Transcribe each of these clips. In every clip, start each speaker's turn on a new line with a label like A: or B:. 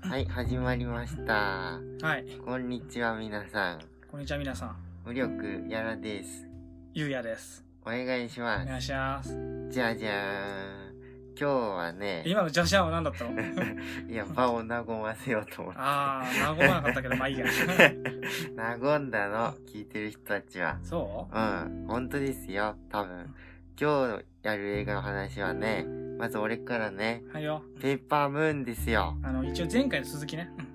A: はい、始まりました。
B: はい。
A: こんにちは、皆さん。
B: こんにちは、皆さん。
A: 無力やらです。
B: ゆうやです。
A: お願いし
B: お
A: ま
B: 願いします。
A: す。じゃじゃーん。今日はね、
B: 今のジャシャンは何だったの
A: いや、場を和ませようと思って。
B: あー、和まなかったけど、まあいいや。
A: 和んだの、聞いてる人たちは。
B: そ
A: うん、本当ですよ、多分。今日やる映画の話はね、まず俺からね、
B: うはいよ。
A: ペッパームーンですよ。
B: あの、一応前回の続きね。うん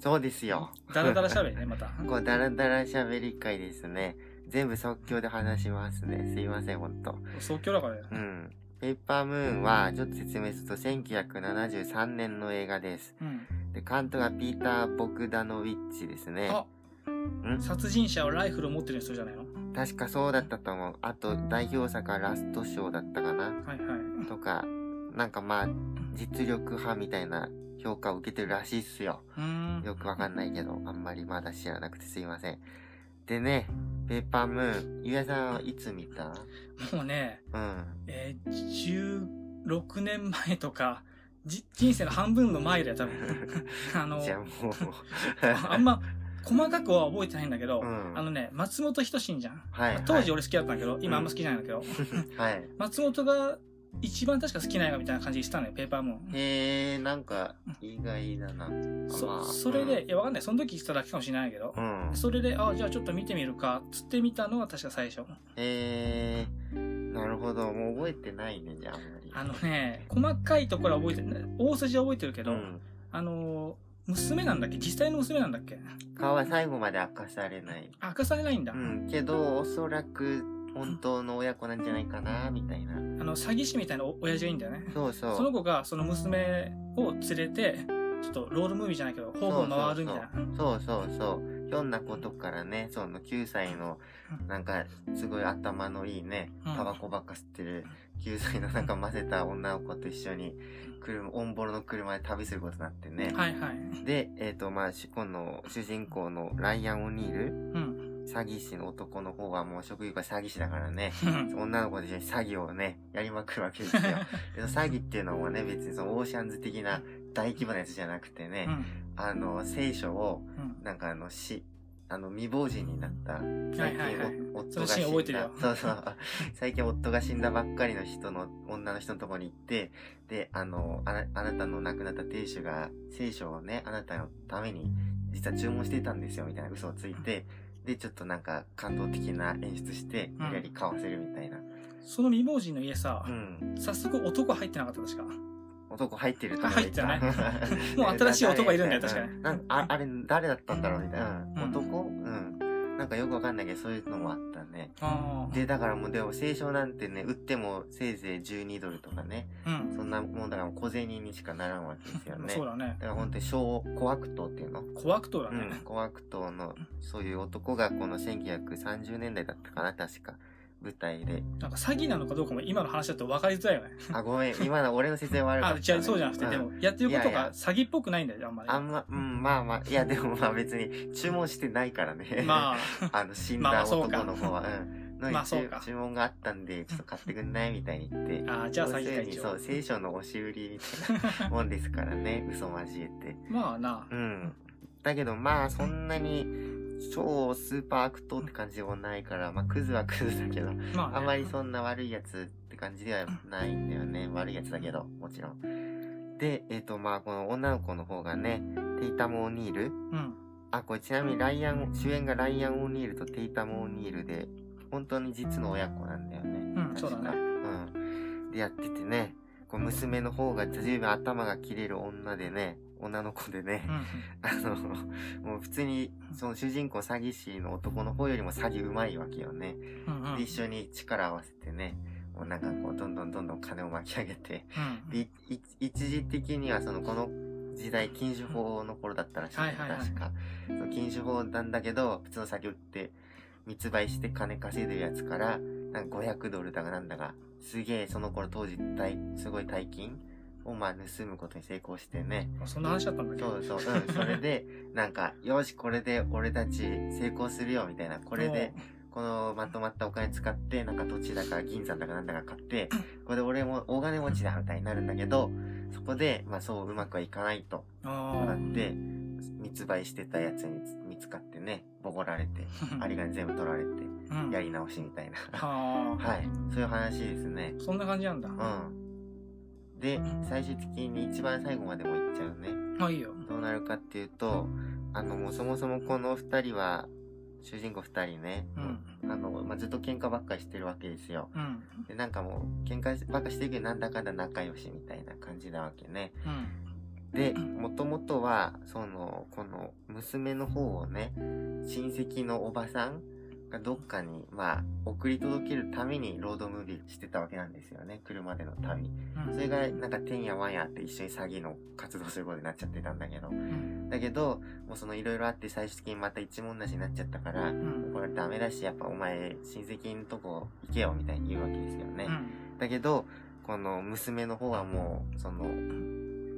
A: そうですよ。
B: ダラダラ喋りね、また。
A: こう、だらだら喋り会ですね。全部即興で話しますね。すいません、ほんと。
B: 即興だからね。
A: うん。ペーパームーンは、ちょっと説明すると、1973年の映画です。
B: うん。
A: で、監督がピーター・ボクダノウィッチですね。
B: あ
A: ん
B: 殺人者はライフルを持ってる人じゃないの
A: 確かそうだったと思う。あと、代表作はラストショーだったかな
B: はいはい。
A: とか、なんかまあ、実力派みたいな評価を受けてるらしいっすよ。
B: うーん。
A: よくわかんないけど、あんまりまだ知らなくてすいません。でね、ペーパームーン、ゆうやさんはいつ見た
B: もうね、
A: うん。
B: えー、16年前とか、じ人生の半分の前だよ、多分。あの
A: じ、ゃあもう。
B: あんま細かくは覚えてないんだけど、
A: うん
B: あのね、松本人志んじゃん。
A: はい
B: 当時
A: は
B: 俺好きだったんだけど、今あんま好きじゃないんだけど、
A: い。はい。
B: 松本が一番確か好きな映画みたいな感じにしたのよ、ペーパームーン。
A: へえ、なんか、意外だな。まあ
B: そそれ
A: う
B: で、いや、わかんない。その時言ってただけかもしれないけど
A: う、ん。
B: それで、あ、じゃあちょっと見てみるか、つって見たのが確か最初。
A: へえ、なるほど。もう覚えてないね、じゃあ、あんまり。
B: あのね、細かいところは覚えてる、大筋は覚えてるけ
A: う
B: ど、
A: ん。
B: あのー、娘なんだっけ実際の娘なんだっけ
A: 顔は最後まで明かされない。
B: 明かされないんだ。
A: うん。けど、おそらく、本当の親子なんじゃないかな、みたいな。
B: あの、詐欺師みたいなお親父がいいんだよね。
A: そうそう。
B: その子がその娘を連れて、ちょっとロールムービーじゃないけど、方々回るみたいな。
A: そうそうそう。ひょんなことからね、その9歳の、なんか、すごい頭のいいね、
B: うん
A: タバコばっか吸ってる9歳のなんか混ぜた女の子と一緒に、車、オンボロの車で旅することになってね。
B: はいはい。
A: で、えっ、と、まあ、主この主人公のライアン・オニール、
B: うん。
A: 詐欺師の男の方はもう職業が詐欺師だからね、
B: うん
A: 女の子と一緒に詐欺をね、やりまくるわけ ですよ。で詐欺っていうのもね、別にそのオーシャンズ的な大規模なやつじゃなくてね、あの、聖書を、
B: うん
A: なんかあの、し、あの、未亡人になった、
B: はい
A: 最
B: はいはい
A: 近お夫
B: その
A: が死
B: シーン覚えて
A: ん
B: る
A: だ
B: よ、
A: そうそう、最近夫が死んだばっかりの人の、女の人のところに行って、で、あの、あなあなたの亡くなった亭主が、聖書をね、あなたのために、実は注文してたんですよ、みたいな嘘をついて、で、ちょっとなんか、感動的な演出して、
B: ん
A: 無理やり買わせるみたいな。
B: その未亡人の家さ
A: う、ん。
B: 早速男入ってなかった確か。
A: 男入ってると
B: あ
A: 思
B: 入ってたね もう新しい男がいるんだよ確かに
A: なんか、ああれ、誰だったんだろうみたいな。
B: うん
A: 男うん。なんかよくわかんないけど、そういうのもあったね。
B: ああ。
A: で、だからもう、でも、聖書なんてね、売ってもせいぜい12ドルとかね、
B: うん。
A: そんなもんだから小銭にしかならんわけですよね。
B: そう
A: だ
B: だね。
A: から本当に小、小悪党っていうの。
B: 怖くとだ
A: う
B: ね
A: ん。。小悪党の、そういう男がこの1930年代だったかな、確か。舞台で。
B: なんか詐欺なのかどうかも今の話だと分かりづらいよね。
A: あ、ご めん、今の俺の説明悪か
B: あ
A: っ、た、
B: 違う、そうじゃなくて、
A: ん
B: でも、やってること
A: いやいや
B: が詐欺っぽくないんだよ、あんまり。
A: あんま、うん、まあまあ、いや、でもまあ別に、注文してないからね。
B: まあ、
A: あの、死ん
B: まあま
A: だ
B: あそう
A: 男
B: か
A: の子は、うん。の
B: まあ
A: 一
B: そうか
A: 注文があったんで、ちょっと買ってくんないみたいに言って。
B: あ あ、じゃあ詐
A: 要する
B: 欺
A: に
B: 会
A: そう、
B: 長。
A: 聖書の押し売りみたいなもんですからね、嘘交えて。
B: まあな
A: う。ん。だけどまあ、そんなに、超スーパー悪党って感じでもないから、まあ、クズはクズだけど、
B: まあね。
A: あんまりそんな悪いやつって感じではないんだよね。悪いやつだけど、もちろん。で、えっ、と、まあ、この女の子の方がね、テイタム・オニール。
B: うん。
A: あ、これちなみにライアン、主演がライアン・オニールとテイタム・オニールで、本当に実の親子なんだよね。
B: うんそうだね
A: 確かうん。で、やっててね、こう娘の方が十分頭が切れる女でね、女の子でね
B: う、ん。
A: あの、もう普通に、その主人公詐欺師の男の方よりも詐欺うまいわけよね。
B: うん。うん
A: で、一緒に力を合わせてね、もうなんかこう、どんどんどんどん金を巻き上げて、
B: うん
A: で、いい一時的にはそのこの時代禁酒法の頃だったらしい、
B: はいはいはい
A: 確かその禁酒法なんだけど普通の酒売って密売して金稼いでるやつからなんか500ドルだかなんだかすげえその頃当時大すごい大金をまあ盗むことに成功してね
B: あそんな話だったんだけ
A: そ
B: ど。
A: うそう、うん、それでなんかよしこれで俺たち成功するよみたいなこれでこのまとまったお金使って、なんか土地だか銀山だかなんだか買って、これで俺も大金持ちだみたいになるんだけど、そこで、まあそううまくはいかないと
B: あ
A: なっ
B: ー
A: て、密売してたやつに見つかってね、ボコられて、針金全部取られて、
B: うん
A: やり直しみたいな。
B: はあ
A: はい。そういう話ですね。
B: そんな感じなんだ
A: うん。で
B: ん、
A: 最終的に一番最後までもいっちゃうね。
B: あいいよ
A: どうなるかっていうと、あの、もうそもそもこの二人は、主人公二人ね、
B: うん
A: あの、まあ、ずっと喧嘩ばっかりしてるわけですよ。
B: うん
A: で、なんかもう、喧嘩ばっかしてるけど、なんだかんだ仲良しみたいな感じなわけね。
B: うん
A: で、もともとは、その、この、娘の方をね、親戚のおばさんがどっかに、まあ、送り届けるためにロードムービーしてたわけなんですよね。車での旅。
B: うん
A: それが、なんか、てんやわんやって一緒に詐欺の活動することになっちゃってたんだけど。
B: うん
A: だけど、もうそのいろいろあって最終的にまた一文無しになっちゃったから、
B: うん
A: これダメだし、やっぱお前親戚のとこ行けよみたいに言うわけですよね。
B: うん
A: だけど、この娘の方はもう、その、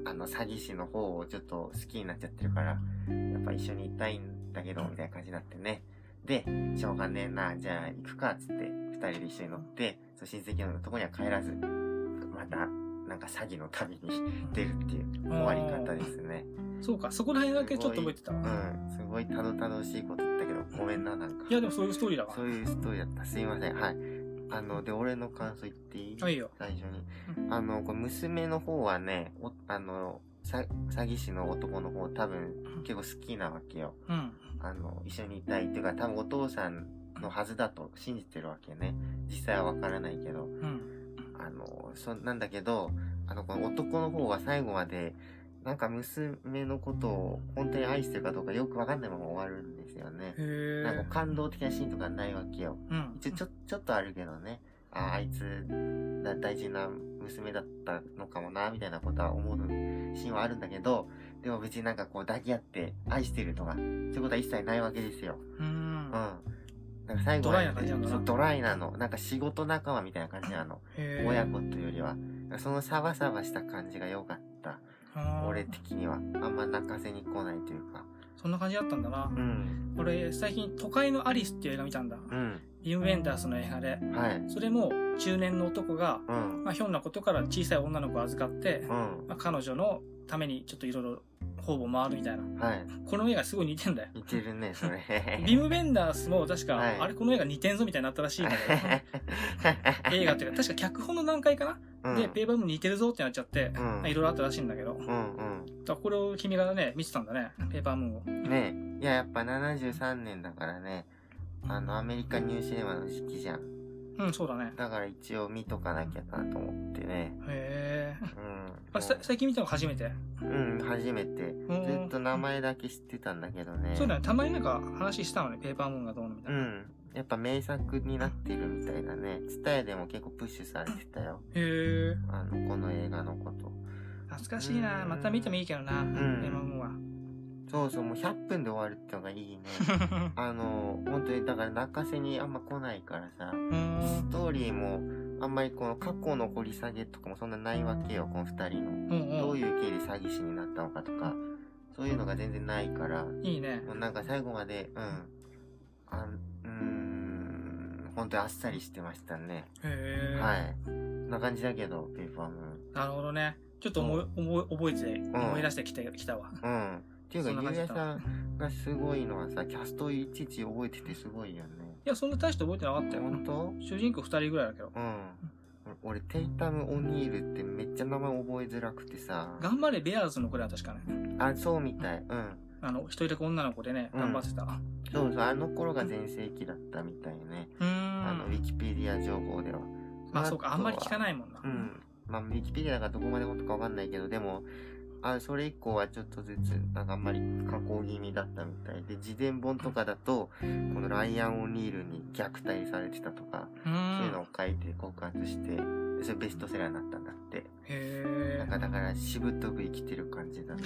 A: あの詐欺師の方をちょっと好きになっちゃってるから、やっぱ一緒にいたいんだけど、みたいな感じになってね。で、しょうがねえな、じゃあ行くか、つって、二人で一緒に乗って、その親戚のとこには帰らず、また、なんか詐欺の旅に出るっていう終わり方ですね。
B: そうかそこら辺だけちょっと覚えてたわ
A: うん、すごいたどたどしいこと言ったけど、ごめんな、なんか。
B: いやでもそういうストーリーだわ
A: そういうストーリーだった。すいません。はい。あの、で、俺の感想言っていい
B: あいいよ
A: 最初に
B: う。
A: あの、これ娘の方はね、おあの、さ詐欺師の男の方多分結構好きなわけよ。
B: うん
A: あの、一緒にいたいっていうか、多分お父さんのはずだと信じてるわけね。実際はわからないけど。
B: うん
A: あの、そんなんだけど、あの、この男の方は最後まで、なんか娘のことを本当に愛してるかどうかよくわかんないまま終わるんですよね
B: へ。え
A: なんか感動的なシーンとかないわけよ。
B: うん
A: 一応ちょ、ちょっとあるけどね。あ、あいつ、だ大事な娘だったのかもな、みたいなことは思うシーンはあるんだけど、でも別になんかこう抱き合って愛してるとか、そういうことは一切ないわけですよ。
B: うん
A: うん。なんか最後
B: ドライ
A: ま
B: な感
A: で
B: じなんだな
A: そうドライなの。なんか仕事仲間みたいな感じなの。
B: へー
A: 親子というよりは。そのサバサバした感じが良かった。
B: あー
A: 俺的には。あんま泣かせに来ないというか。
B: そんな感じだったんだな
A: うん。
B: 俺最近「都会のアリス」っていう映画見たんだ
A: うん。
B: イン・ウェンダースの映画で
A: はい。
B: それも中年の男が、
A: うん。
B: まあ、ひょんなことから小さい女の子を預かって、
A: うん。
B: まあ、彼女のためにちょっといろいろ方々回るみたいな
A: はい。
B: この映画すごい似てんだよ
A: 似てるね、それ。
B: ビム・ベンダースも確か、
A: はい
B: あれこの映画似てんぞみたいになったらしい んだよ映画っていうか確か脚本の段階か
A: う
B: な、
A: ん
B: でペーパーも似てるぞってなっちゃって
A: うん
B: まあいろいろあったらしいんだけど、だ
A: う
B: か
A: ん
B: らこれを君がね見てたんだねペーパームーン
A: うん。
B: を、
A: ねいや、やっぱ73年だからね、あの、アメリカニューシネマの時期じゃん。
B: うんそうだね
A: だから一応見とかなきゃなと思ってね。
B: へえ
A: うん。
B: 最近見たの初めて
A: うん、初めて。ずっと名前だけ知ってたんだけどね。
B: そうだねたまになんか話したのねペーパームーンがどうのみた
A: う
B: いな、へ
A: ん。やっぱ名作になってるみたいだね。ツタヤでも結構プッシュされてたよ。
B: え
A: あの、この映画のこと。
B: 懐かしいな
A: うん
B: また見てもいいけどな、
A: ん
B: ペーパームーンは
A: そうそう、もう100分で終わるってのがい いね。 あの、本当に、だから泣かせにあんま来ないからさ、
B: うー
A: ス
B: ん
A: トーリーも、あんまりこの過去の掘り下げとかもそんなないわけよ、この二人の。
B: うんうん
A: どういう経緯で詐欺師になったのかとか、そういうのが全然ないから、も
B: いいね
A: うなんか最後まで、うん、あんうーん、本当にあっさりしてましたね。
B: へえ、
A: はい。こんな感じだけど、ペーパーム
B: なるほどねちょっと思い,、思い覚えてて思い出してきてきたわ
A: ーン。うん。っていう
B: そん
A: か、
B: な
A: ゆ
B: 感
A: う
B: じだ
A: や
B: った
A: さんがすごいのはさ、キャストいちいち覚えててすごいよね。
B: いや、そんな大して覚えてなかったよ。
A: 本当
B: 主人公二人ぐらいだけど。
A: うん。俺、テイタム・オニールってめっちゃ名前覚えづらくてさ。
B: 頑張れベアーズの子だよ、確かね。
A: あ、そうみたい。うん。
B: あの、一人だけ女の子でね、
A: うん
B: 頑張ってた。う
A: そうそう、あの頃が全盛期だったみたいね。
B: ー
A: あの、ウ
B: ん。
A: ィキペディア情報では。
B: まあ、そうか、あんまり聞か
A: い。
B: ないもんな。
A: うん。まあ、ウィキペディアがどこまで本当かわかんないけど、でも、あそれ以降はちょっとずつ、なんかあんまり加工気味だったみたいで、自伝本とかだと、このライアン・オニールに虐待されてたとか、
B: う
A: そうい
B: ー。
A: うんのを書いて告発して、でそれベストセラーになったんだって。なん
B: へ
A: かだから、しぶとく生きてる感じ だね。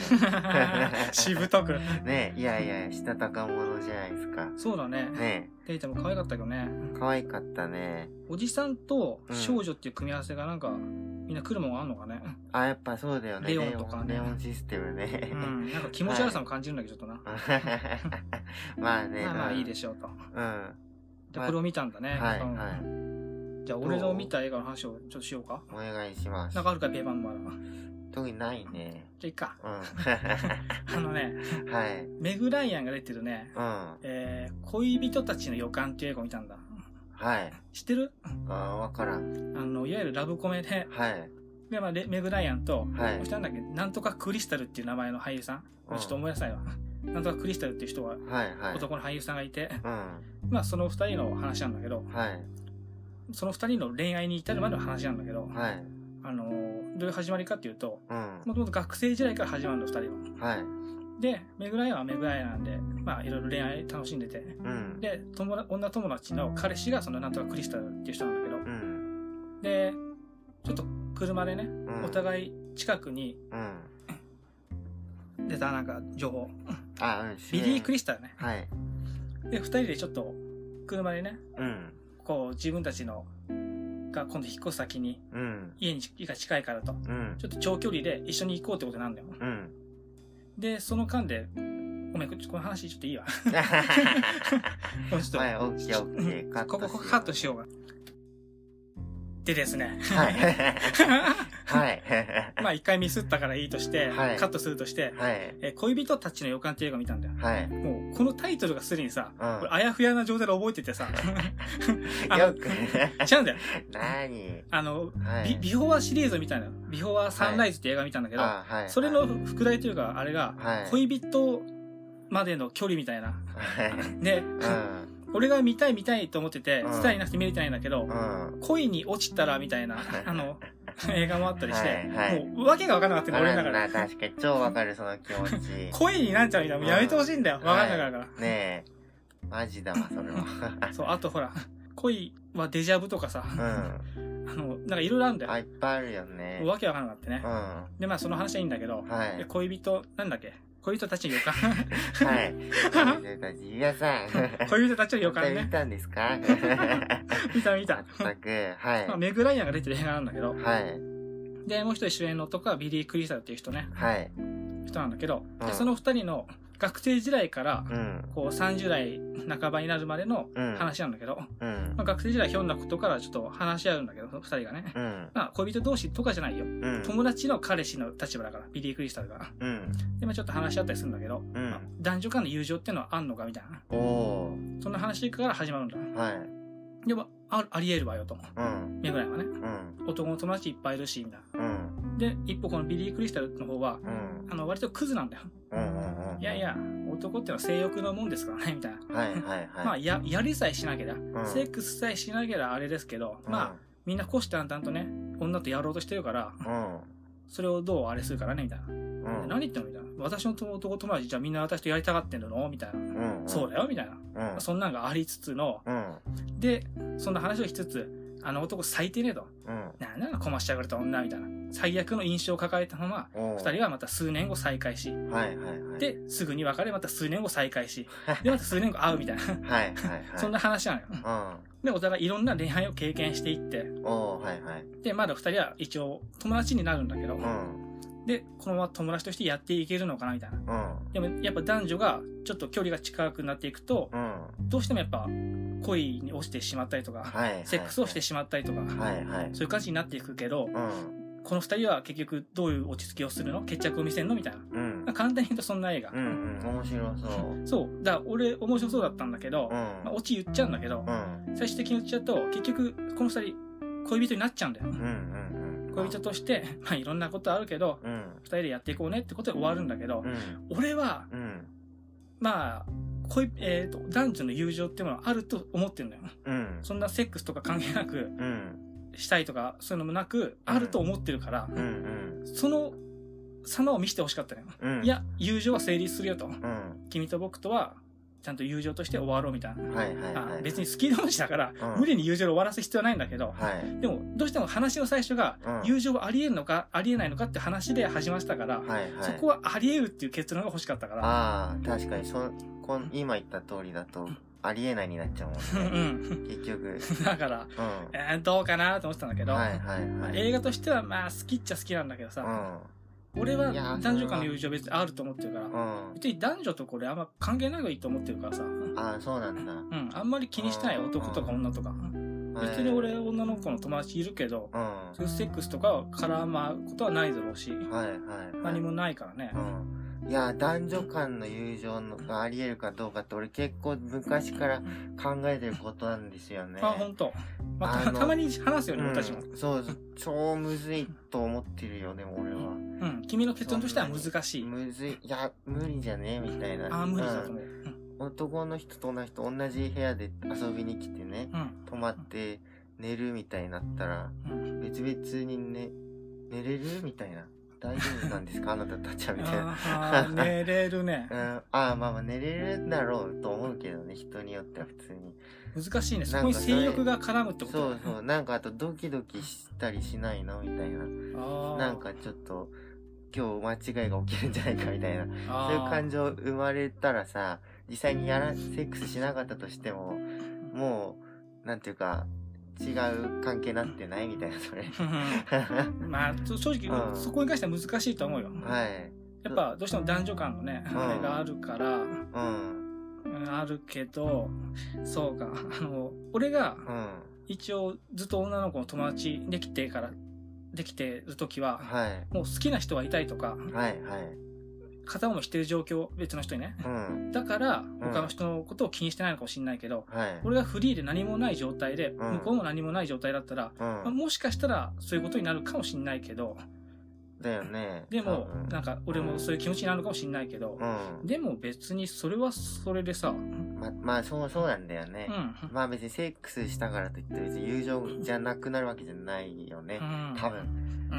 B: え。 しぶとく。
A: ねえ、いやいや、したたかものじゃないですか。
B: そうだね。
A: ね
B: デイタも可愛かったけどね。
A: え、可愛かったね。
B: おじさんと少女っていう組み合わせがなんか、みんな来るもんあんのかね。
A: あ、やっぱそうだよね。
B: レオンとかね
A: レオンレオンシステムね
B: う。 ん。なんか気持ち悪さも感じるんだけど、ちょっとな。
A: まあね。
B: まあまあいいで
A: し
B: しょうと。
A: ょ。うん。は
B: じゃ
A: まあ
B: あこれを見たんだ
A: い、
B: ね。うん
A: は
B: じゃあ俺の見た映画の話をちょっとしようか。
A: い。お願いします。
B: なんかあるか、ペーパーマンは。
A: 特にないね。
B: じゃあ、いっか。
A: うん。
B: あのね、
A: はい。うん。
B: メグ・ライアンが出てるね、
A: は
B: えー、恋人たちの予感っていう映画を見たんだ。
A: い。
B: 知ってる
A: ああ、わからん。
B: あの、いわゆるラブコメで、
A: はい。
B: で、まあ、レメグ・ライアンと、
A: はい
B: もう一人なんだっけ、なんとかクリスタルっていう名前の俳優さん、
A: うん
B: ちょっと思い出せないわ。なんとかクリスタルっていう人
A: は
B: が、
A: い、はい。
B: 男の俳優さんがいて、
A: うん。
B: まあ、その二人の話なんだけど、
A: はい。
B: その二人の恋愛に至るまでの話なんだけど、
A: はい。
B: あのー、どういう始まりかっていうと、
A: うん。
B: もともと学生時代から始まるの、二人は。
A: はい。
B: で、メグライアンはメグライアンなんで、まあ、いろいろ恋愛楽しんでて。
A: うん。
B: で、友達女友達の彼氏がそのなんとかクリスタルっていう人なんだけ
A: うん。
B: ど、で、ちょっと車でね、
A: うん。
B: お互い近くに
A: うん。
B: 出たなんか情報、
A: あ、うん。
B: ビリー・ク
A: リ
B: リスタルね。
A: はい。
B: で、二人でちょっと車でね、
A: うん。
B: こう自分たちのが今度引っ越す先に
A: うん。
B: 家に家が近いからと、
A: うん。
B: ちょっと長距離で一緒に行こうってことなんだよ。
A: うん。
B: で、その間で、ごめん、ここの話ちょっといいわ。 ちょっと、
A: はい、オッケーオッケー。カット
B: ここカットしようが。でですね。
A: う。はい。 はい。
B: まあ一回ミスったからいいとして、
A: はい
B: カットするとして、
A: はい。
B: えー恋人たちの予感って映画見たんだよ。
A: はい。
B: もう、このタイトルがすでにさ、
A: うん
B: これあやふやな状態で覚えて てさ、あの
A: よく。
B: 違うんだよ。
A: 何
B: あの、
A: は
B: ビ
A: い。
B: ビフォアシリーズみたいなの。ビフォアサンライズって映画見たんだけど、
A: あ、はい。
B: それの、副題というか、あれが、
A: はい。
B: 恋人までの距離みたいな。
A: はい。
B: で、
A: うん。
B: 俺が見たい見たいと思ってて、
A: うん
B: 伝えなくて見れてないんだけど、
A: うん。
B: 恋に落ちたらみた いな、あの、映画もあったりして、
A: はいはい
B: もう、わけがわかんなかったの、俺の中で。
A: な確かに超わかる、その気持 ち。
B: 恋になっちゃうみたいな、もうやめてほしいんだよ。
A: うん
B: わかんなかったから。
A: ねえ。マジだわ、それは。
B: そう、あとほら、恋はデジャブとかさ、
A: う
B: あの、なんかいろいろあるんだ
A: ん。あ、
B: よ。
A: いっぱいあるよね。
B: わけわかんなかったね
A: うん。。は
B: で、まあその話はいいんだけど、で
A: い。
B: 恋人、なんだっけ恋人たちの予感。
A: はい。いやさん。
B: 恋人たちの予感
A: 見
B: ね。
A: たんです か
B: 見た見
A: 見
B: た。
A: 全く。はい
B: まあ、。メグライアンが出てる映画なんだけど、
A: はい。
B: で、もう一人主演の男はビリー・クリスタルっていう人ね、
A: はい。
B: 人なんだけど、
A: う
B: で
A: ん
B: その二人の学生時代から、
A: うん。
B: こう30代半ばになるまでの
A: うん。
B: 話なんだけど、
A: うん
B: まあ、。学生時代ひょんなことからちょっと話し合うんだけど、二人がね。
A: うん。
B: まあ、恋人同士とかじゃないよ。
A: うん。
B: 友達の彼氏の立場だから、ビリー・クリスタルが。
A: うん。
B: で、まあ、ちょっと話し合ったりするんだけど、
A: う
B: まあ
A: ん。
B: 男女間の友情ってのはあんのかみたいな。
A: おー。
B: そんな話から始まるんだ。
A: はい。
B: でも、ああり得るわよと。
A: うん。
B: 目ぐらいはね。
A: うん。
B: 男の友達いっぱいいるし、みたいな。
A: うん。
B: で、一方このビリー・クリスタルの方は、
A: うん。
B: あの、割とクズなんだよ。
A: うん。うん。
B: いやい。や、男ってのは性欲のもんですからね、みたいな。
A: はいはいはい。
B: まあ、や、やりさえしなきゃだ。
A: ん
B: セックスさえしなきゃだあれですけど、まあ、みんな虎視眈々とね、女とやろうとしてるから、
A: あ、
B: それをどうあれするからね、みたいな。
A: うん。
B: で何言ってんのみたいな。私の友男友達じゃあみんな私とやりたがってんのみたい
A: う
B: な。
A: ん。
B: そう
A: だ。
B: だよみたいな。
A: うん。
B: そんなんがありつつの、
A: うん。
B: で、そんな話をしつつ、あの男最低ねと。
A: うん。
B: なんなのこましやがれた女みたいな。最悪の印象を抱えたまま、
A: お
B: 二人はまた数年後再会し、
A: はいはいはい。、
B: で、すぐに別れ、また数年後再会し、で、また数年後会うみたいな。
A: はいはいはい。
B: そんな話なのよ。
A: う
B: で、お互いいろんな恋愛を経験していって、
A: ん。おー、はいはい。
B: で、まだ二人は一応友達になるんだけど、
A: うん。
B: で、このまま友達としてやっていけるのかなみたいな。
A: うん。
B: でもやっぱ男女がちょっと距離が近くなっていくと、
A: うん。
B: どうしてもやっぱ恋に落ちてしまったりとか、
A: はい。
B: セックスをして
A: し
B: しまったりとか、
A: はいはい。
B: そういう感じになっていくけど、
A: うん。
B: この二人は結局どういう落ち着きをするの決着を見せるのみたいな。
A: うん
B: まあ。簡単に言うとそんな映画
A: う。んうん。面白そう。
B: そう。だから俺面白そうだったんだけど
A: う、
B: まあ、
A: ん。
B: オチ言っちゃうんだけど
A: う、ん。
B: 最終的に言っちゃうと、結局この二人恋人になっちゃうんだよ。
A: うんうんうん。
B: 恋人として、 まあいろんなことあるけど、
A: うん。
B: 二人でやっていこうねってことで終わるんだけど
A: う、ん。
B: 俺は
A: うん。
B: まあ、恋、えっ、と、男女の友情っていうものはあると思ってるのよ。
A: うん。
B: そんなセックスとか関係なく、
A: うん。
B: したいとか、そういうのもなく、あると思ってるから、
A: うん。
B: その様を見せてほしかったのよ。
A: うん。
B: い。や、友情は成立するよと。
A: うん。
B: 君と僕とは、ちゃんと友情として終わろうみたいな。
A: はいはいは
B: あ
A: い。
B: 別に好き同士だから、
A: うん
B: 無理に友情で終わらす必要はないんだけど、
A: はい。
B: でも、どうしても話の最初が、
A: うん
B: 友情はありえんのか、ありえないのかって話で始ましたから、
A: はいはい。
B: そこはありえるっていう結論が欲しかったから、
A: ああ、確かに、そ、こん、今言った通りだと、ありえないになっちゃうも
B: うん
A: ね。
B: ん。
A: 結 局。
B: だから、
A: うん。
B: えーどうかなと思ってたんだけど、
A: はいはい
B: ま
A: は
B: あ
A: い。
B: 映画としてはまあ好きっちゃ好きなんだけどさ、俺はい
A: やー
B: 男女間の友情は別にあると思ってるから、
A: うん。うん。
B: 別に男女とこれあんま関係ないがいいと思ってるからさ、うん、
A: ああ、そうなんだ。
B: あんまり気にしてない男とか女とか、別に俺、女の子の友達いるけど、
A: うん。
B: そういうセックスとかは絡まることはないだろうし、
A: はいはい、はい。
B: 何もないからね。
A: うん。いや、男女間の友情のがあり得るかどうかって、俺結構昔から考えてることなんですよね。
B: あ、ほんと。まあ、
A: あ
B: た
A: の
B: たまに話すよ
A: う
B: ね、
A: ん
B: 俺たちも。
A: そうそう、超むずいと思ってるよ、でも俺は。
B: うん。君の結論としては難しい。
A: むずい、いや、無理じゃねえみたいな。
B: ああ、無理だ
A: う
B: と
A: ん
B: 思う。うん。
A: 男の人と女の人同じ部屋で遊びに来てね、
B: うん。
A: 泊まって寝るみたいになったら、
B: うん
A: 別々にね、寝れるみたいな。大丈夫なん ですかあなたたちはみたいな。
B: あー寝れるね
A: う。ん、ああまあまあ寝れるんだろうと思うけどね人によっては普通に
B: 難しいね。そ
A: なん
B: こ
A: か
B: に
A: それ
B: 性欲が絡むってこと
A: そうそうなんかあとドキドキしたりしないのみたいな
B: あー
A: なんかちょっと今日間違いが起きるんじゃないかみたいな
B: あ
A: そう
B: ー
A: いう感情生まれたらさ実際にやらセックスしなかったとしてももうなんていうか違う関係になってないみたいなそれ
B: うんまあ、ちょ正直、
A: うん
B: そこに関しては難しいと思うよ。
A: はい
B: やっぱ、どうしても男女間のね、
A: うん
B: あれがあるから、うん
A: うん
B: あるけど、そうか、あの、俺が、
A: うん
B: 一応、ずっと女の子の友達できてから、できてる時は、
A: はい
B: もう好きな人がいたりとか、
A: はいはい
B: 片思いしてる状況、別の人にね。
A: うん
B: だから、他の人のことを気にしてないのかもしれないけど、
A: はい
B: 俺がフリーで何もない状態で、
A: うん
B: 向こうも何もない状態だったら、
A: う
B: まあ
A: ん
B: もしかしたらそういうことになるかもしれないけど、
A: だよね
B: でも
A: 多分、
B: なんか俺もそういう気持ちになるのかもしれないけど、
A: うん
B: でも別にそれはそれでさ、うん。
A: ま、まあそうそうなんだよね。まあ別にセックスしたからといって別に友情じゃなくなるわけじゃないよね。
B: うん
A: 多分。
B: う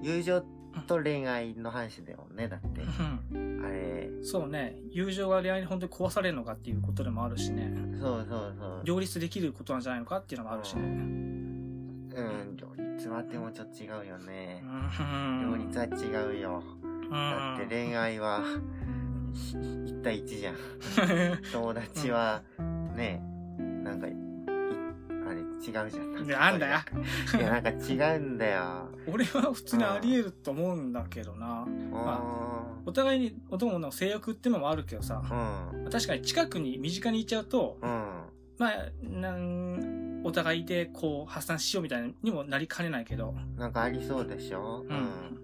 B: ん。
A: 友情と恋愛の話だよね。だって。あれ、
B: うんそうね、友情が恋愛に本当に壊されるのかっていうことでもあるしね、
A: そうそうそう。
B: 両立できることなんじゃないのかっていうのもあるしね。
A: うん、両立はでもちょっと違うよね。
B: 両
A: 両立は違うよ。だって恋愛は、ひ一対一じゃん。友達は、ね、なんか、いあれ違うじゃん。
B: いやなんだよ
A: いや、なんか違うん だよ。
B: 俺は普通にあり得ると思うんだけどな。
A: うん
B: お互いに男の性欲ってのもあるけどさ、
A: うん。
B: 確かに近くに身近にいちゃうと、
A: うん。
B: まあ、なん、お互いでこう発散しようみたいなにもなりかねないけど、
A: なんかありそうでしょ
B: うん。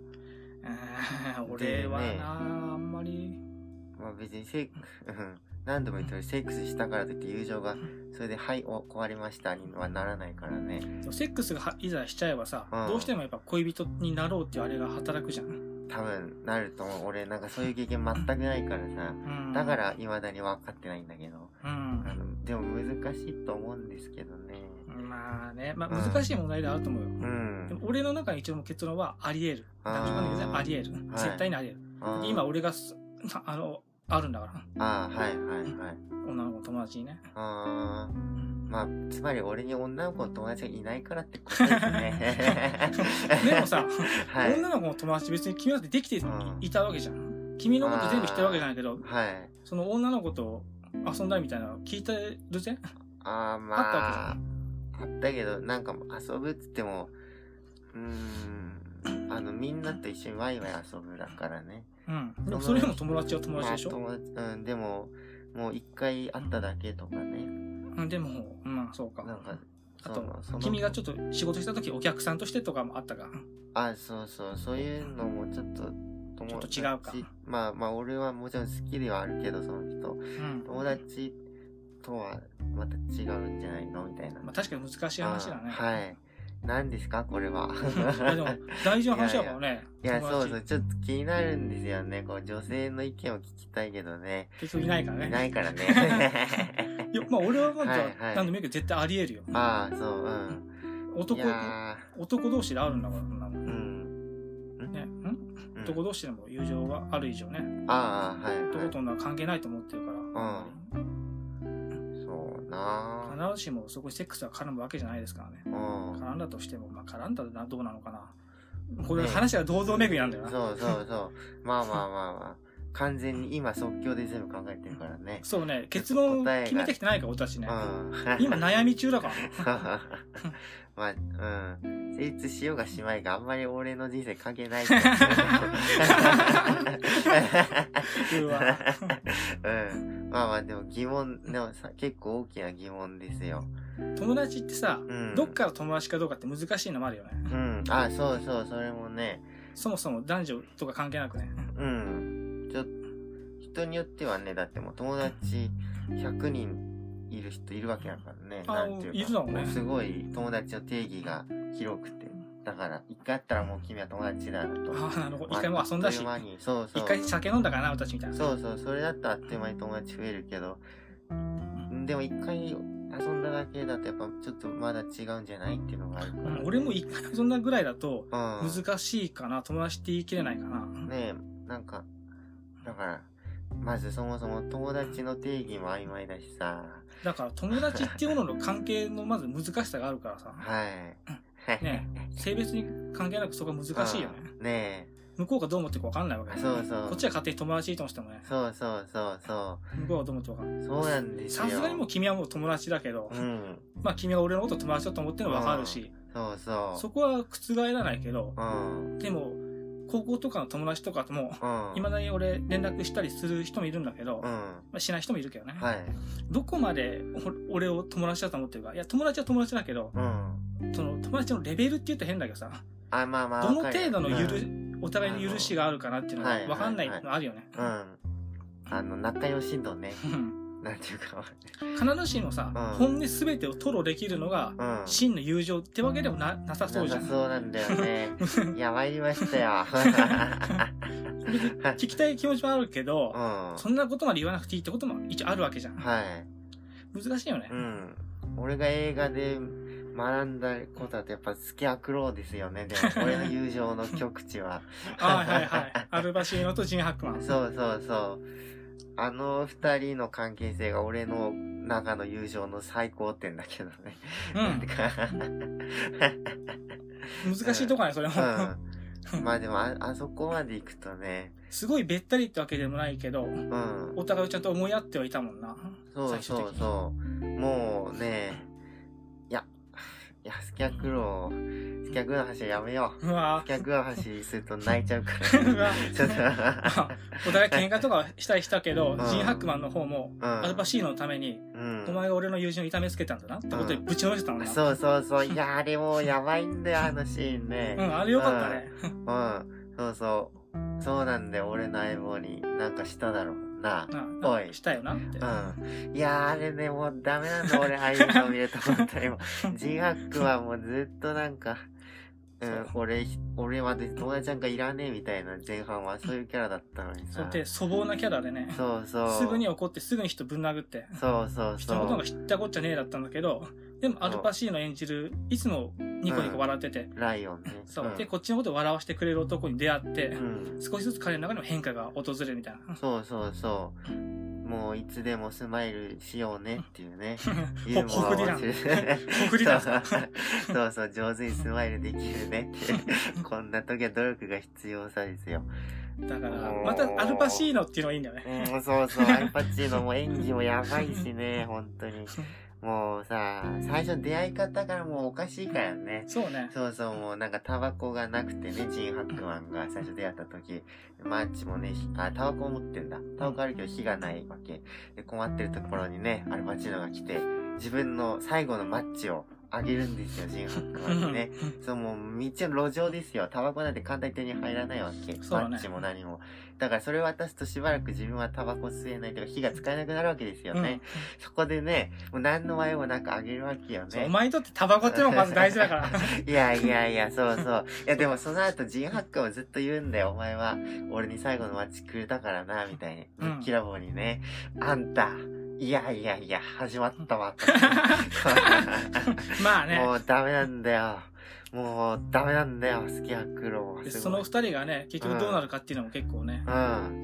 B: あー俺はな、
A: でね
B: あんまり、
A: まあ別にセック、うん何度も言ったようにセックスしたからといって友情が、それで、はい、お、壊れましたにはならないからね。
B: セックスがいざしちゃえばさ、
A: うん
B: どうしてもやっぱ恋人になろうっていうあれが働くじゃん。
A: 多分、なると思う。俺、なんかそういう経験全くないからさ。
B: うん、
A: だか、ら、未だに分かってないんだけど。
B: う
A: あ
B: ん。
A: の、でも難しいと思うんですけどね。
B: まあね、まあ
A: うん
B: 難しい問題ではあると思うよ。
A: う
B: でも
A: ん。
B: 俺の中の一応の結論はあり得る。
A: あー
B: 男女関係全然あり得る。
A: はい
B: 絶対にあり得る。
A: あー
B: 今、俺がす、あの、あるんだから。
A: あーはいはいはい。
B: 女の子の友達にね。。
A: あーまあ、つまり俺に女の子の友達がいないからってことですね
B: でもさ、
A: はい、
B: 女の子の友達別に君だってできて
A: うん
B: いたわけじゃん。君のこと全部知ってるわけじゃないけど、
A: はい。
B: その女の子と遊んだみたいなの聞いてるぜ。
A: ああ、まあ、あったけど、なんか遊ぶっつっても、うーん、あの、みんなと一緒にワイワイ遊ぶだからね。
B: うん。でもそれでも友達は友達でし
A: ま
B: ょ、
A: あ友達うん、でも、もう一回会っただけとかね。
B: うん、でも、まあそうか。
A: なんか、
B: あ
A: その、そ
B: と、
A: の、
B: 君がちょっと仕事した時お客さんとしてとかもあったか。
A: あ、そうそう、そういうのもちょっと、友達
B: ちょっと違うか
A: まあまあ、俺はもちろん好きではあるけど、その人。
B: うん。
A: 友達とはまた違うんじゃないのみたいな。
B: まあ確かに難しい話だね。
A: あーはい。何ですかこれは。
B: いやでも、大事な話だからね。
A: いや、
B: 友達
A: そうそう、ちょっと気になるんですよね。こう、女性の意見を聞きたいけどね。
B: 結局いないからね。
A: いないからね。
B: いや、まあ俺はまだ、
A: はいはい
B: 何でもいいけど絶対あり得るよ。
A: ああ、そう、うん。い
B: 男、
A: や
B: 男同士であるんだから、そんなの
A: ーうん。
B: ね、ん
A: うん
B: 男同士でも友情がある以上ね、
A: ああ、はい、は
B: 男
A: い。
B: と女は関係ないと思ってるから、
A: そうな
B: 必ずしもそこにセックスが絡むわけじゃないですからね。
A: うん。
B: 絡んだとしても、まあ絡んだらどうなのかな。これ話が堂々巡りなんだよな。
A: そうそうそう。まあまあまあまあ。完全に今即興で全部考えてるからね。
B: そうね、結論
A: 答えが
B: 決めてきてないから、俺たち
A: う
B: ね。
A: ん。
B: 今悩み中だから。
A: まあ、うん。成立しようがしまいがあんまり俺の人生関係 ないけど。
B: うわ
A: うん。まあまあ、でも疑問、でもさ結構大きな疑問ですよ。
B: 友達ってさ、
A: うん。
B: どっから友達かどうかって難しいのもあるよね。
A: うん。あ、そうそう、それもね。
B: そもそも男女とか関係なくね。
A: うん。ちょっと、人によってはね、だってもう友達100人いる人いるわけだからね。
B: あ
A: なんていうか。
B: いるだろうね
A: もうすごい友達の定義が広くて。だから、一回会ったらもう君は友達だなと。
B: ああ、なるほど。一回もう遊んだし
A: あっという、間にそうそう。
B: 一回酒飲んだからな、俺たちみたいな。
A: そうそう、それだったらあっという間に友達増えるけど、でも一回遊んだだけだとやっぱちょっとまだ違うんじゃないっていうのがあるか
B: う
A: ら、
B: ん俺も一回遊んだぐらいだと、
A: うん、
B: 難しいかな、友達って言い切れないかな。
A: ねえ、なんか、だから、まずそもそも友達の定義も曖昧だしさ、
B: だから友達っていうものの関係のまず難しさがあるからさ、
A: はい。
B: ね性別に関係なくそこが難しいよね。
A: うん。ね
B: 向こうがどう思ってるか分かんないわけだ
A: え、
B: よ
A: そうそう。
B: こっちは勝手に友達いいともしてもね、
A: そうそうそうそ
B: 向こうがどう思ってるか分かんな
A: う。そうなんで
B: い。
A: すよ。
B: さすがにもう君はもう友達だけど、
A: うん。
B: まあ君は俺のこと友達だと思ってるの分かるし、
A: そうそう。
B: そこは覆らないけど、
A: うん。
B: でも、高校とかの友達とかとも、
A: うん。
B: いまだに俺連絡したりする人もいるんだけど、
A: う
B: ま
A: ん。
B: あしない人もいるけどね。
A: はい。
B: どこまでお俺を友達だと思ってるか。いや、友達は友達だけど、
A: うん。
B: その友達のレベルって言ったら変だけどさ、
A: あ、まあまあ。
B: どの
A: わかる
B: 程度のゆる、
A: うん
B: お互いの許しがあるかなっていうの
A: は
B: はい分かんないのあるよね。
A: うん。あの、仲良しのね、
B: うん
A: なんていうか、
B: 必ずしもさ、
A: うん
B: 本音すべてを吐露できるのが、
A: うん。
B: 真の友情ってわけでもななさそうじゃ。
A: なんさそうなんだよ ね。いや、参りましたよ。
B: 聞きたい気持ちもあるけど
A: う、ん。
B: そんなことまで言わなくていいってことも一応あるわけじゃん。
A: はい。
B: 難しいよね
A: う。ん。俺が映画で学んだことだとやっぱスキャクローですよね。でも、俺の友情の極致 は。
B: あはいはいはい。アルバシーノとジン・ハックマン。
A: そうそうそう。あの二人の関係性が俺の中の友情の最高点だけどね。 なんてか
B: うん。難しいとこね、それも。
A: うん。まあでも あ、あそこまで行くとね、
B: すごいべったりってわけでもないけど、
A: うん。
B: お互いをちゃんと思い合ってはいたも んな。
A: そうそうそう。もうね、いや、いや、スキャクロー、スキャクローの話はやめよう。
B: うわ
A: スキャクローの話すると泣いちゃう から。ち
B: ぁ。うわぁ
A: ょっと、
B: お互い喧嘩とかはしたりしたけ
A: う
B: ど、
A: ん
B: ジン・ハックマンの方も、
A: うん
B: アルバシーノのために、
A: うん。
B: お前が俺の友人を痛めつけたんだなってことでぶちのめしてたもんな。う。
A: そうそうそう。いや、あれもうやばいんだよ、あのシーンね。
B: ん、あれよかったね。
A: うん。そうそう。そうなんだよ、俺の相棒になんかしただろうな。
B: な
A: お
B: ないしたよなって。
A: うん。いやー、あれね、もうダメなんだ、俺、ああいうの見ると思った今。自学はもうずっとなんか、う
B: そ
A: ん
B: う、
A: 俺、俺はで友達なんかいらねえみたいな前半はそういうキャラだったのに
B: そう
A: さ。
B: で、粗暴なキャラでね、
A: そうそう。
B: すぐに怒ってすぐに人ぶん殴って、
A: そうそう
B: 人
A: そ
B: のことな
A: う
B: んか。知ったこっちゃねえだったんだけど、でもアルパシーノ演じる、いつもニコニコ笑ってて、
A: ライオンね。
B: そう、
A: うん
B: で、こっちのことを笑わせてくれる男に出会って、
A: うん。
B: 少しずつ彼の中にも変化が訪れるみたいな。
A: そうそうそう。もういつでもスマイルしようねっていう ね。ユー
B: ほ、
A: モ
B: ほ
A: ア
B: ぐ
A: を
B: りだん。
A: 忘れ
B: ほぐりだん。
A: そうそう、上手にスマイルできるねって。 こんな時は努力が必要さですよ。
B: だから、またアルパシーノっていうのがいいんだよね。
A: うん、そうそう、アルパチーノも演技もやばいしね、本当に。もうさ、最初出会い方からもうおかしいからね。
B: そうね。
A: そうそう、もうなんかタバコがなくてね、ジン・ハックマンが最初出会った時、マーチもね、ひあ、タバコを持ってんだ。タバコあるけど火がないわけ。で、困ってるところにね、アルパチーノが来て、自分の最後のマッチをあげるんですよ、ジン・ハックマンにね。そう、もう、道の路上ですよ。タバコなんて簡単に手に入らないわけ。
B: そうだね
A: マッチも何も。だからそれを渡すとしばらく自分はタバコ吸えないとか火が使えなくなるわけですよ
B: うんう
A: ね
B: ん。
A: そこでね、もう何の迷いもなくあげるわけよ
B: そうお
A: ね。
B: 前にとってタバコっていうのがまず大事だから。
A: いやいやいや、そうそう。いやでもその後ジンハックもずっと言うんだよ。お前は俺に最後のマッチくれたからな、みたいに。ぶっきらぼうにね。あんた、いやいやいや、始まったわ。
B: まあ ね
A: も。うダメなんだよ。もうダメなんだよ、スキャクロ
B: で
A: は。
B: その
A: う
B: 二人がね、結局どうなるかっていうのも結構ね、
A: ん。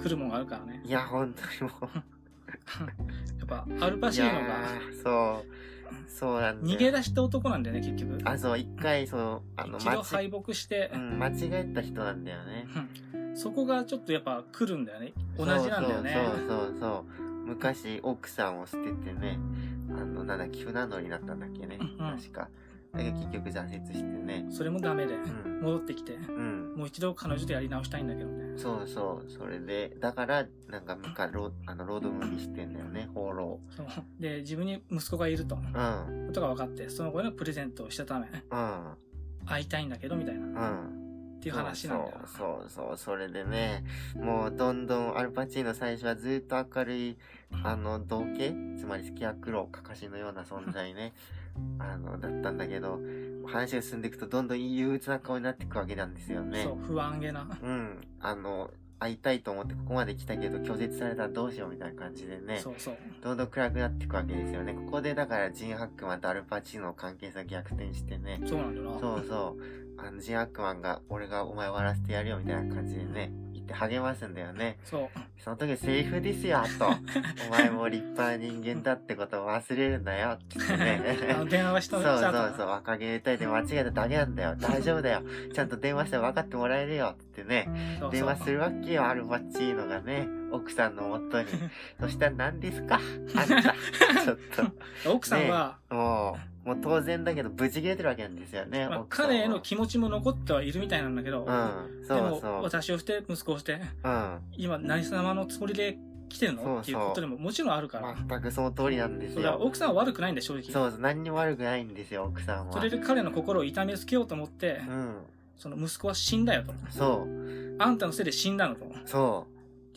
B: 来るもんがあるからね。
A: いや、本当にも
B: やっぱ、アルパ
A: う。い
B: シー
A: や
B: ノが、
A: ーそう。そうなんだよ。
B: 逃げ出した男なんだよね、結局。
A: あ、そう、一回、その、あの、
B: 一度
A: 間違
B: 敗北して
A: う、ん間違えた人なんだよね。
B: うんそこがちょっとやっぱ来るんだよね。同じなんだよね。
A: そうそうそうそうそう昔奥さんを捨ててねあのなんだっけ船乗りになったんだっけね、
B: うんうん
A: 確かだけど結局挫折してね
B: それもダメで、
A: ん
B: 戻ってきて、
A: うん
B: もう一度彼女とやり直したいんだけどね。
A: そうそうそれでだからなんかむかロあのロードムービーしてんだよね放浪
B: そうで、自分に息子がいると、
A: うん
B: ことが分かって、その子へのプレゼントをしたため、
A: うん
B: 会いたいんだけど、みたいな、
A: う
B: っ
A: ん
B: ていう話なんだよな。
A: そうそうそうそれでねもうどんどんアルパチーノ最初はずっと明るいあの同系つまりスキアクロウカカシのような存在ね あのだったんだけど話が進んでいくとどんどん憂鬱な顔になっていくわけなんですよね
B: そう、不安げな。
A: うんあの会いたいと思ってここまで来たけど拒絶されたらどうしようみたいな感じでね
B: そうそう。
A: どんどん暗くなっていくわけですよねここでだからジン・ハックマンとアルパチーノの関係性が逆転してね
B: そうなんだよな。
A: そうそう。あの、ジン・アックマンが、俺がお前笑わらせてやるよみたいな感じでね、言って励ますんだよね。
B: そう。
A: その時、セリフですよ、 と。お前も立派な人間だってことを忘れるんだよ、って言って
B: あの
A: ね。
B: 電話はし
A: そうそ
B: た
A: う
B: した後な
A: そう、若気歌いで間違えただけなんだよ。大丈夫だよ。ちゃんと電話して分かってもらえるよ、ってね。
B: そうそう
A: 電話するわけよ、アルバッチーノがね。奥さんのも とに。そしたら何ですかあんた。ちょっ
B: 奥さんは、
A: と。もう、もう当然だけど、ブチ切れてるわけなんですよね。
B: まあ、
A: 奥さんは
B: 彼への気持ちも残ってはいるみたいなんだけど、
A: うん、
B: で
A: そう
B: も
A: そう。
B: 私をして息子をして
A: うん。
B: 今何様のつもりで来てるの
A: そうそう
B: っていうことでももちろんあるから、
A: 全くその通りなんです
B: そうだから
A: よ。
B: 奥さんは悪くないんだよ正直
A: そうそう、何にも悪くないんですよ、奥さんは。
B: それで彼の心を痛めつけようと思って、
A: うん。
B: その息子は死んだよと
A: そう、
B: あんたのせいで死んだのとって
A: そ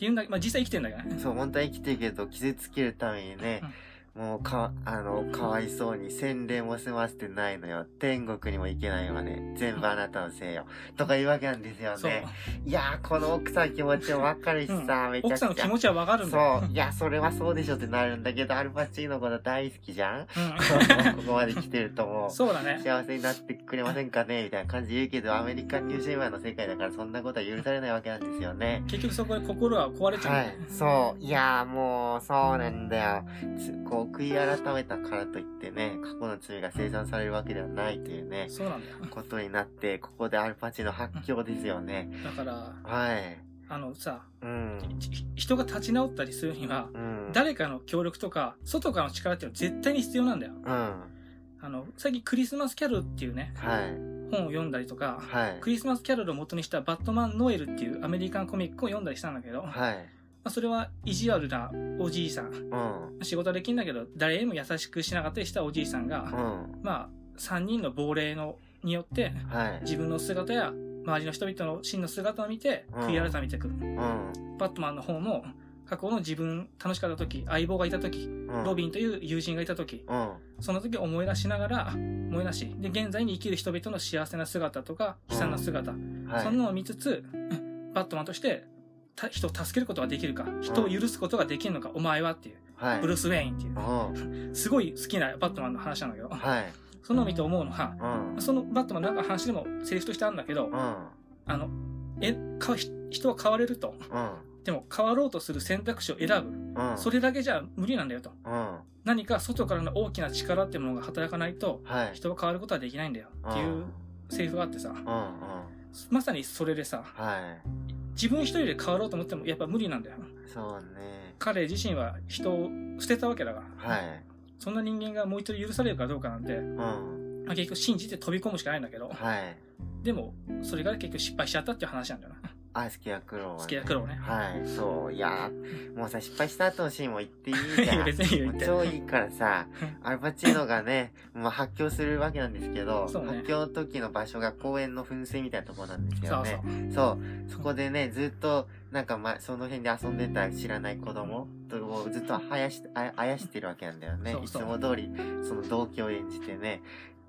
B: いうんだまあ実際生きてんだけどね
A: う、そう、本当は生きてるけど、傷つけるためにね、もうか、あの、かわいそうに洗礼も済ませてないのよ。天国にも行けないわね。全部あなたのせいよ。とかいうわけなんですよ
B: そう
A: ね。いやー、この奥さん気持ちもわかるしさ、めち
B: 奥
A: ゃ
B: さんの
A: くち
B: 気
A: ゃ。
B: 持ちはわかるんだよ
A: そう、いや、それはそうでしょってなるんだけど、アルパチーノこと大好きじ ゃんここまで来てるとも
B: う、。
A: うん
B: そうだね
A: 幸せになってくれませんかねみたいな感じで言うけど、アメリカンニュージーランドの世界だからそんなことは許されないわけなんですよね。
B: 結局そこで心は壊れちゃう、
A: はい。そう。いやーもう、そうなんだよ。つこう、悔い改めたからといってね、過去の罪が清算されるわけではないというね、
B: そうなんだよ
A: ことになって、ここでアルパチの発狂ですよね。
B: だから
A: はい。
B: あのさ
A: うん。
B: ひ人が立ち直ったりするには
A: うん。
B: 誰かの協力とか外からの力っていうのは絶対に必要なんだよ
A: うん。
B: あの最近「クリスマス・キャロル」っていうね
A: はい。
B: 本を読んだりとか
A: はい
B: ク。リスマス・キャロルを元にした「バットマン・ノエル」っていうアメリカンコミックを読んだりしたんだけど、ま
A: はい。
B: あ、それは意地悪なおじいさん
A: うん。
B: 仕事はできんだけど誰にも優しくしなかったりしたおじいさん
A: う
B: が、
A: ん。
B: まあ、3人の亡霊のによって
A: はい。
B: 自分の姿や周りの人々の真の姿を見て
A: うん
B: 悔い改めてくる、
A: うん。
B: バットマンの方も過去の自分楽しかった時相棒がいた時
A: うん。
B: ロビンという友人がいた時
A: うん。
B: その時思い出しながら思い出しで現在に生きる人々の幸せな姿とか悲惨な姿、
A: はい。
B: そんなのを見つつうんバットマンとしてた人を助けることができるか人を許すことができるのか、お前はっていう
A: はい。
B: ブルース・ウェインっていう
A: うん。
B: すごい好きなバットマンの話なんだけど
A: はい。
B: その見て思うのは
A: うん。
B: そのバットマンの中の話でもセリフとしてあるんだけど
A: うん。
B: あのえかひ人は変われると
A: うん。
B: でも変わろうとする選択肢を選ぶ
A: うん。
B: それだけじゃ無理なんだよと
A: うん。は
B: 何か外からの大きな力っていうものが働かないと
A: い。
B: 人は変わることはできないんだよって
A: う
B: い
A: ん
B: うセリフがあってさ
A: うんうん。
B: まさにそれでさ
A: は
B: 自分一人で変わろうと思ってもやっぱ無理なんだよ
A: い。そうね。
B: 彼自身は人を捨てたわけだから、
A: はい。
B: そんな人間がもう一度許されるかどうかなんて、
A: うん。
B: まあ、結局信じて飛び込むしかないんだけど
A: はい。
B: でもそれが結局失敗しちゃったっていう話なんだよな
A: あ、スキヤクロウは、ね。
B: 好きや苦労ね
A: はい。そう。いや、もうさ、失敗した後のシーンも言っていいじゃん。
B: 別に言
A: も
B: っ
A: う
B: て
A: 超いいからさ
B: うん、
A: アルパチーノがね、まあ発狂するわけなんですけど、
B: そうね
A: 発狂の時の場所が公園の噴水みたいなところなんです
B: そ
A: よ
B: うそ
A: ね
B: う。
A: そう。そこでね、ずっと、なんかま、その辺で遊んでた知らない子供とをずっとあやし、ああやしてるわけなんだよね。
B: そうそう
A: いつも通り、その同居を演じてね、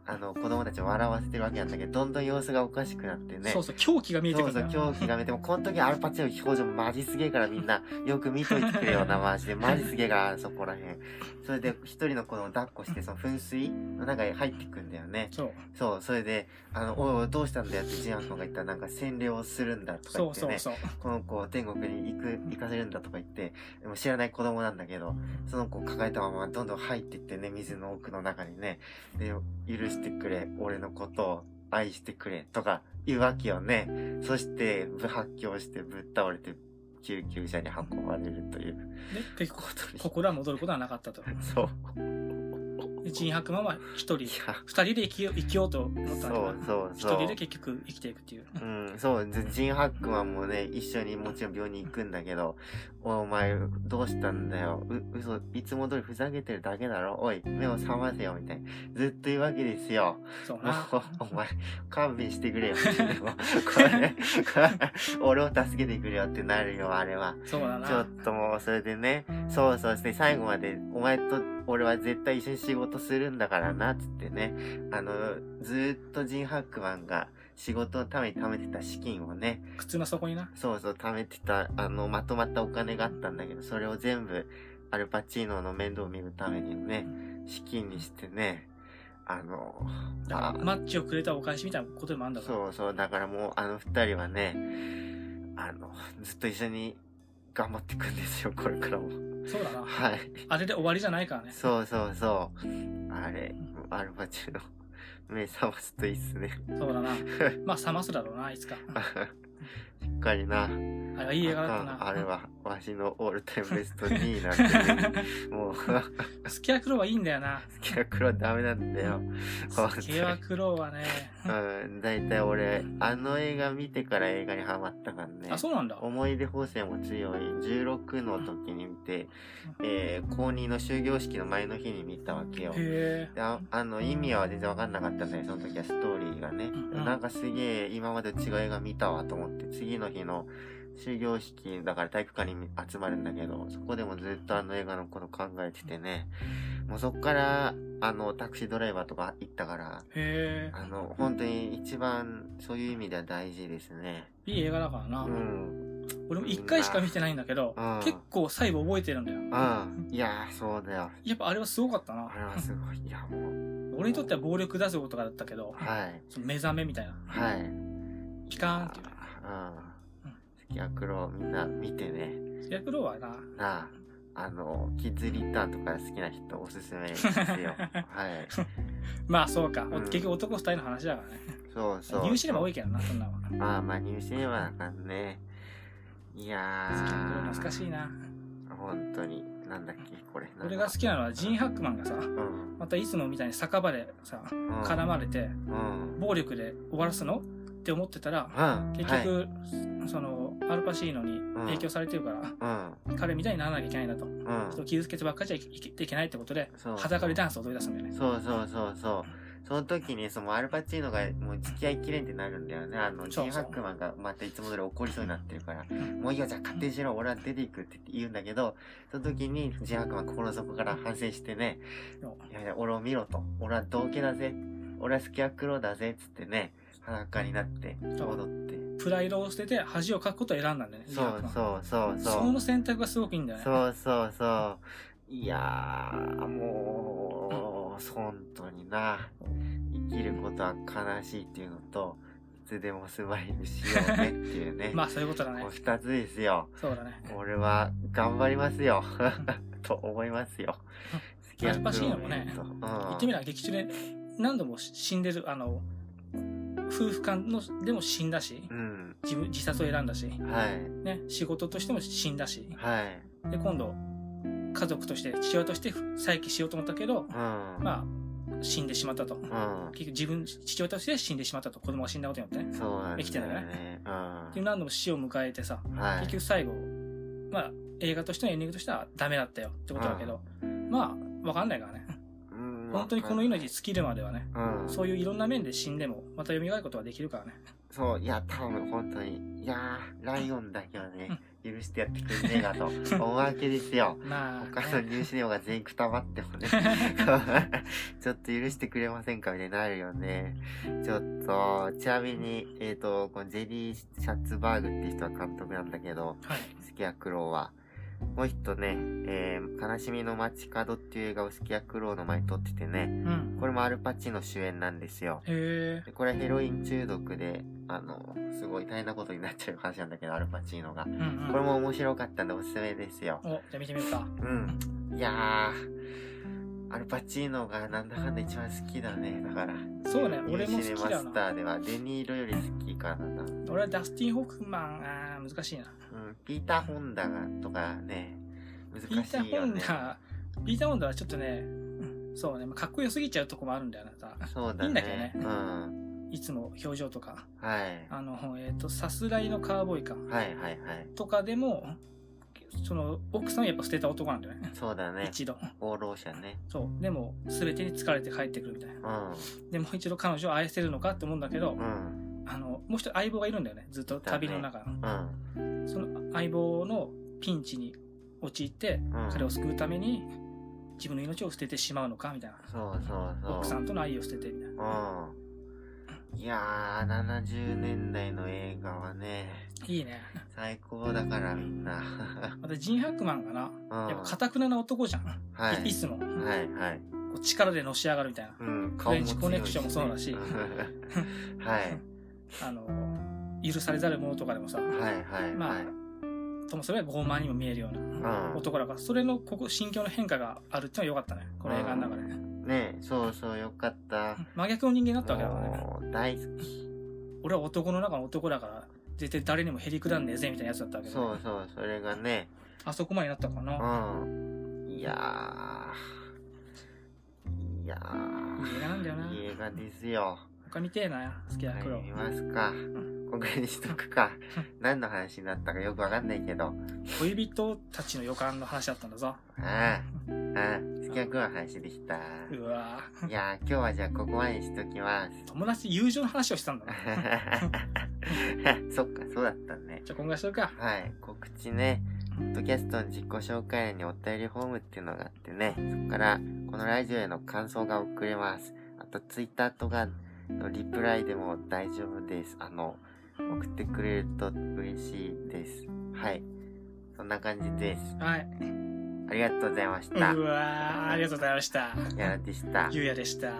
A: あの、子供たちを笑わせてるわけなんだけど、どんどん様子がおかしくなってね。
B: そうそう狂気が見えてく
A: そう
B: るん
A: そ
B: だ
A: う
B: よ、
A: 狂気が見ても、この時アルパチーノの表情マジすげえからみんな、よく見といてくれよな、マジで。マジすげえから、そこら辺。それで、一人の子供を抱っこして、その噴水の中に入っていくんだよね。
B: そう
A: そう、それで、あの、おいおい、どうしたんだよってジンアン君が言ったら、なんか洗礼をするんだとか
B: そ
A: 言
B: う
A: って
B: そう
A: ね、
B: そう
A: この子を天国に行く、行かせるんだとか言って、でも知らない子供なんだけど、その子を抱えたままどんどん入ってってね、水の奥の中にね、で、許してくれ、俺のことを愛してくれとかいうわけよね。そして、ぶ発狂してぶっ倒れて、救急車に運ばれるという
B: で、こ
A: ことに。
B: 心は戻ることはなかったと。
A: そう。
B: で人白マンは一人
A: い、や、
B: 二人で生きよう生きようと思ったんだ
A: そう
B: けど、
A: そう
B: 一
A: そう。
B: 人で結局生きていくっていう。
A: うん、そう、ジジン・ハックマンもね、一緒にもちろん病院に行くんだけど、お前、どうしたんだよ。う、嘘、いつも通りふざけてるだけだろ。おい、目を覚ませよ、みたいな。ずっと言うわけですよ。
B: そう
A: も
B: な。
A: う、お前、勘弁してくれよ。でもこれ、これ、俺を助けてくれよってなるよ、あれは。
B: そうだな。
A: ちょっともう、それでね、そうそうして、最後まで、お前と俺は絶対一緒に仕事するんだからな、つってね。あの、ずーっとジン・ハックマンが仕事のために貯めてた資金をね、
B: 靴の底にな。
A: そうそう貯めてた、あの、まとまったお金があったんだけど、それを全部、アルパチーノの面倒を見るためにね、資金にしてね、あの、
B: だからマッチをくれたお返しみたいなことでもあるんだから。
A: そうそう、だからもう、あの二人はね、あの、ずっと一緒に頑張っていくんですよ、これからも。
B: そうだな。
A: はい。
B: あれで終わりじゃないからね。
A: そうそうそう。あれ、アルパチーノ、目覚ますといいっすね。
B: そうだ な。まあ、冷ますだろうな、いつか。
A: しっかりな。
B: あれはいい映画だった
A: あ
B: な。
A: あれは、わしのオールタイムベスト2位なんて、もう、
B: スキャクローはいいんだよな。
A: スケアクロはダメなんだよ。本当
B: ス
A: に
B: キャクローはね。
A: うん、だいたい俺、あの映画見てから映画にハマったからね。
B: あ、そうなんだ。
A: 思い出補正も強い16の時に見て、えー、高2の終業式の前の日に見たわけよ。
B: へ
A: でああの意味は全然分かんなかったんだよその時はストーリーがね、
B: うん
A: なんかすげえ今まで違いが見たわと思って次の日の終業式だから体育館に集まるんだけどそこでもずっとあの映画のこと考えててねもうそっからあのタクシードライバーとか行ったから
B: え。へ
A: あの本当に一番そういう意味では大事ですね
B: え。いい映画だからな
A: う。ん
B: 俺も一回しか見てないんだけど
A: うん、
B: 結構細部覚えてるんだよ。
A: ああいやーそうだよ
B: やっぱあれはすごかったな
A: あ。れはすごいいやもう
B: 俺にとっては暴力出すことだったけど、
A: はい
B: その目覚めみたいな。
A: はい
B: ピカーンっていうね。
A: うんスキャクローみんな見てね
B: スキャクローはな、
A: なあ、あの、キッズリターンとか好きな人おすすめですよ。 はい。
B: まあそうか。
A: ん
B: 結局男二人の話だからね。
A: そうそう。
B: ニューシネマ多いけどな、そんなのは。
A: まあまあ、ニューシネマだからね。いや
B: スキャクロー
A: ー。
B: 懐かしいな。
A: 本当に。なんだっけ、これ。
B: 俺が好きなのはジン・ハックマンがさ、
A: うん。
B: またいつもみたいに酒場でさ、
A: うん。
B: 絡まれて、
A: うん。
B: 暴力で終わらすのって思ってたら、
A: うん。
B: 結
A: はい、
B: 局、その、アルパシーノに影響されてるから、
A: うん。
B: 彼みたいにならなきゃいけないんだと。
A: うん。
B: 人を傷つけてばっかりじゃいけいけないってことで、
A: そう
B: 裸でダンスを踊り出すんだよね。
A: そうそうそうそう。その時に、そのアルパチーノがもう付き合いきれんってなるんだよね。あの、ジ
B: そうそう
A: ン・ハックマンがまたいつも通り怒りそうになってるから、
B: ん
A: もういいよ、じゃあ勝手にしろ、俺は出ていくって言うんだけど、その時にジン・ハックマン心の底から反省してね、いやいや、俺を見ろと。俺は道家だぜ。俺はスキャクローだぜ、つってね、裸になって、
B: そう
A: 戻って。
B: プライドを捨てて恥をかくことを選んだんだよね。
A: そうそうそう
B: う
A: そ。
B: そうの選択がすごくいいんだよね。
A: そうそうそう。いやー、もう、本当にな、生きることは悲しいっていうのと、いつでもスマイルしようねっていうね。
B: まあそういうことだね
A: もう。二つですよ。
B: そうだね。
A: 俺は頑張りますよ。 と思いますよ。好き
B: やっぱシーンもね
A: うん。
B: 言ってみれば劇中で何度も死んでる、あの、夫婦間のでも死んだし、
A: うん。
B: 自分自殺を選んだし、
A: はい。
B: ね、仕事としても死んだし、
A: はい。
B: で、今度、家族として、父親として再起しようと思ったけど、
A: うん。
B: まあ、死んでしまったと。
A: う
B: 結局自分、父親として死んでしまったと。子供が死んだことによってね。
A: ん。そうなんだよね。
B: 生きてんだよ
A: う
B: で、
A: ん。
B: 何度も死を迎えてさ、
A: はい。
B: 結局最後、まあ、映画としてのエンディングとしてはダメだったよってことだけど、まあ、わかんないからね。
A: うん
B: 本当にこの。命尽きるまではね、
A: うん。
B: そういういろんな面で死んでも、また蘇ることができるからね。
A: そう、いや、多分本当に、いやー、ライオンだけはね、許してやってくんねえかと思うわけです よ。
B: ま
A: 他
B: あ、
A: の
B: ね、
A: 入試ネオが全員くたばって もね、ちょっと許してくれませんかみたいになるよね。ちょっと、ちなみに、えっ、と、このジェリー・シャツバーグって人は監督なんだけど、
B: はい。
A: スキヤクロウは。もう一人ね、えー、悲しみの街角っていう映画をスキヤクロウの前に撮っててね、
B: うん。
A: これもアルパチの主演なんですよ。
B: へえ
A: で、これはヘロイン中毒で、あの、すごい大変なことになっちゃう話なんだけど、アルパチーノが。
B: うんうん。
A: これも面白かったんでおすすめですよ。
B: お、じゃあ見てみようか。
A: うん。いやー、アルパチーノがなんだかんだ一番好きだね。だから、
B: そうね、
A: ニュ
B: 俺
A: ー
B: も
A: シネ
B: 好
A: マ
B: きだ
A: ス
B: な。
A: ターではデニーロより好きかな。うん、
B: 俺はダスティン・ホフマン、あー難しいな。
A: ピーター・ホンダがとかね、
B: ピー
A: 難し
B: ター・
A: いよ
B: ホン
A: ね。
B: ダ、ピーター・ホンダはちょっとね、うんそうね、まあかっこよすぎちゃうとこもあるんだよな、さ
A: そうだね。
B: いいんだけどね
A: うん。
B: いつも表情とか。
A: はい。
B: あの、えっ、と、さすらいのカーボーイか。
A: はいはいはい。
B: とかでも、その、奥さんをやっぱ捨てた男なんだよね。
A: そうだね。
B: 一度。
A: 放浪者ね。
B: そう。でも、全てに疲れて帰ってくるみたいな。
A: うん。
B: で、もう一度彼女を愛せるのかって思うんだけど、
A: うん。
B: あの、もう一人相棒がいるんだよね。ずっと旅の中の。
A: うん。
B: その相棒のピンチに陥って、
A: うん。
B: 彼を救うために、自分の命を捨ててしまうのかみたいな。
A: そうそうそう。
B: 奥さんとの愛を捨ててみたいな。
A: うん。いやー、70年代の映画はね、
B: いいね。
A: 最高だからみんな。
B: またジン・ハックマンがな、
A: うん
B: やっぱかたくなな男じゃん。、
A: はいい。
B: つも、
A: はいはい。
B: こう力でのし上がるみたいな。
A: うん、顔も強いし、
B: フレンチコネクションもそうだし
A: はい。
B: あの、許されざるものとかでもさ、
A: はいはい
B: ま
A: は
B: あ
A: い。
B: ともすれば傲慢にも見えるよう
A: う
B: なん男だから、それのここ心境の変化があるっていうのは良かったね。この映画の中で。
A: ねそうそう、よかった。
B: 真逆の人間になったわけだからね。
A: もう大好き。
B: 俺は男の中の男だから、絶対誰にもへりくだんねえぜみたいなやつだったわけだね
A: そうそう、それがね、
B: あそこまでになったからな。
A: うん。いやー。いやー。
B: いい映画なんだよない
A: い映画ですよ。
B: 他見てえな、好きな
A: はい、
B: 黒。
A: 見ますか。こんぐらいにしとくか。何の話になったかよくわかんないけど。
B: 恋人たちの予感の話だったんだぞ。
A: ああ、ああ、好きな君の話でした。
B: うわぁ
A: いやー、今日はじゃあここまでにしときます。
B: 友達、友情の話をした んだな。
A: そっか、そうだったね。
B: じゃあ今回しとくか。
A: はい、告知ね。ポッドキャストの自己紹介欄にお便りフォームっていうのがあってね、そこからこのラジオへの感想が送れます。あと、ツイッターとかのリプライでも大丈夫です。あの、送ってくれると嬉しいです。はい。そんな感じです。
B: はい。
A: ありがとうございまし
B: う
A: た。
B: わぁありがとうございました。
A: やらでした。
B: ゆうやでした。